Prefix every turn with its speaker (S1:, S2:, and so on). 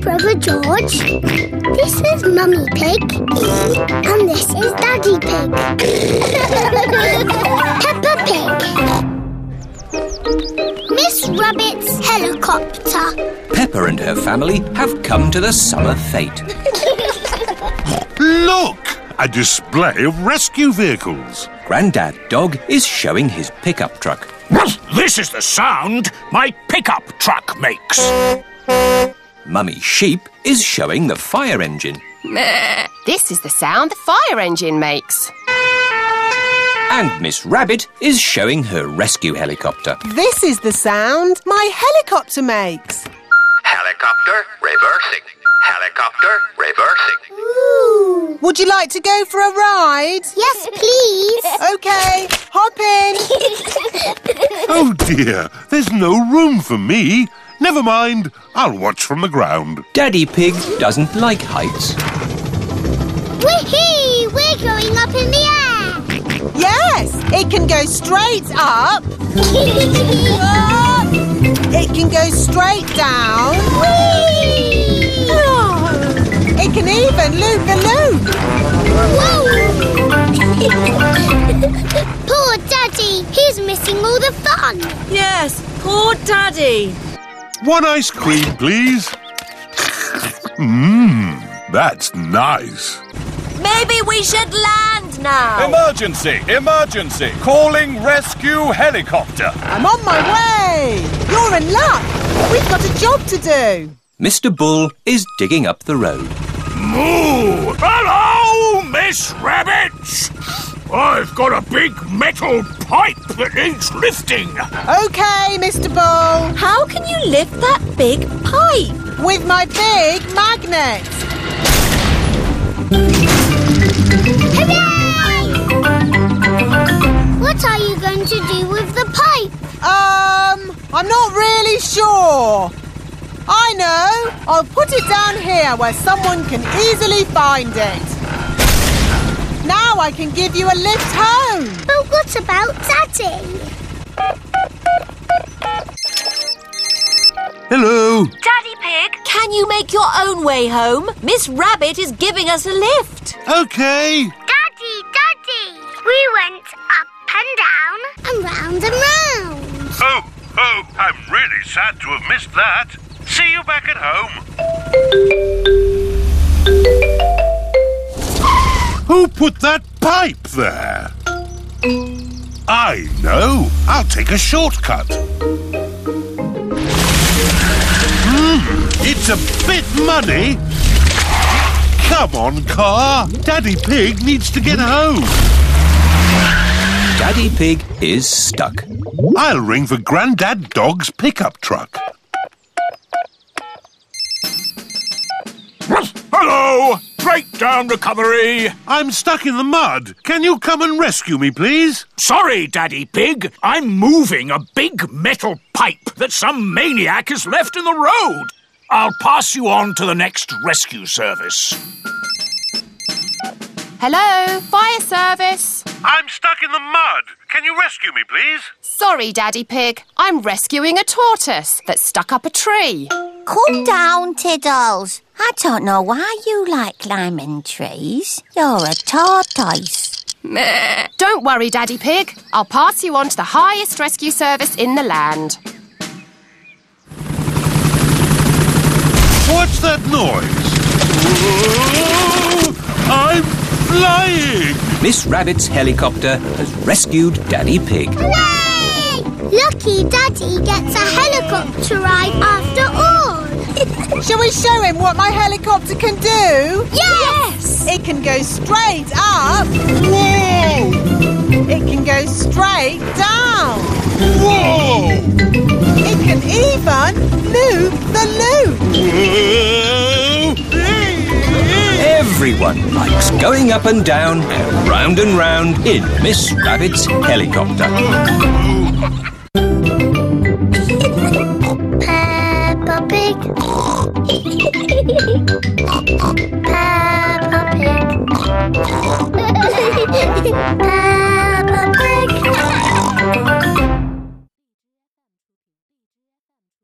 S1: Brother George. This is Mummy Pig. And this is Daddy Pig. Peppa Pig. Miss Rabbit's helicopter.
S2: Pepper and her family have come to the summer fete.
S3: Look! A display of rescue vehicles.
S2: Grandad Dog is showing his pickup truck.
S4: This is the sound my pickup truck makes.
S2: Mummy Sheep is showing the fire engine.
S5: This is the sound the fire engine makes.
S2: And Miss Rabbit is showing her rescue helicopter.
S6: This is the sound my helicopter makes.
S7: Helicopter reversing. Helicopter reversing.
S6: Would you like to go for a ride?
S1: Yes, please.
S6: Okay, hop in.
S3: Oh dear, there's no room for me. Never mind, I'll watch from the ground.
S2: Daddy Pig doesn't like heights.
S1: Whee! We're going up in the air.
S6: Yes, it can go straight up. Up. It can go straight down.
S1: Whee!
S6: It can even loop the loop.
S1: Whoa! Poor Daddy, he's missing all the fun.
S8: Yes, poor Daddy.
S3: One ice cream, please. Mmm, that's nice.
S8: Maybe we should land now.
S9: Emergency! Emergency! Calling rescue helicopter!
S6: I'm on my way. You're in luck. We've got a job to do.
S2: Mr. Bull is digging up the road.
S4: Moo! Hello, Miss Rabbit! I've got a big metal pipe that needs lifting.
S6: Okay, Mr. Bull,
S8: How can you lift that big pipe?
S6: with my big magnet.
S1: Hooray! What are you going to do with the pipe?
S6: Um, I'm not really sure. I know. I'll put it down here where someone can easily find it. Now I can give you a lift home.
S1: But what about Daddy?
S3: Hello.
S8: Daddy Pig, can you make your own way home? Miss Rabbit is giving us a lift.
S3: Okay.
S1: Daddy, Daddy! We went up and down and round and round.
S3: Oh, oh, I'm really sad to have missed that. See you back at home. Who put that pipe there? I know. I'll take a shortcut. Mmm, Hmm, it's a bit muddy. Come on, car. Daddy Pig needs to get home.
S2: Daddy Pig is stuck.
S3: I'll ring for Grandad Dog's pickup truck.
S4: Hello! Breakdown recovery!
S3: I'm stuck in the mud. Can you come and rescue me, please?
S4: Sorry, Daddy Pig. I'm moving a big metal pipe that some maniac has left in the road. I'll pass you on to the next rescue service.
S5: Hello, fire service.
S3: I'm stuck in the mud. Can you rescue me, please?
S5: Sorry, Daddy Pig. I'm rescuing a tortoise that's stuck up a tree.
S10: Calm down, Tiddles. I don't know why you like climbing trees. You're a tortoise.
S5: Don't worry, Daddy Pig. I'll pass you on to the highest rescue service in the land.
S3: What's that noise? Whoa! I'm flying!
S2: Miss Rabbit's helicopter has rescued Daddy Pig.
S1: Hooray! Lucky Daddy gets a helicopter ride after all.
S6: Shall we show him what my helicopter can do?
S1: yes!
S6: It can go straight up. It can go straight down.
S3: Whoa!
S6: It can even loop the loop.
S3: Whoa!
S2: Everyone likes going up and down and round and round in Miss Rabbit's helicopter.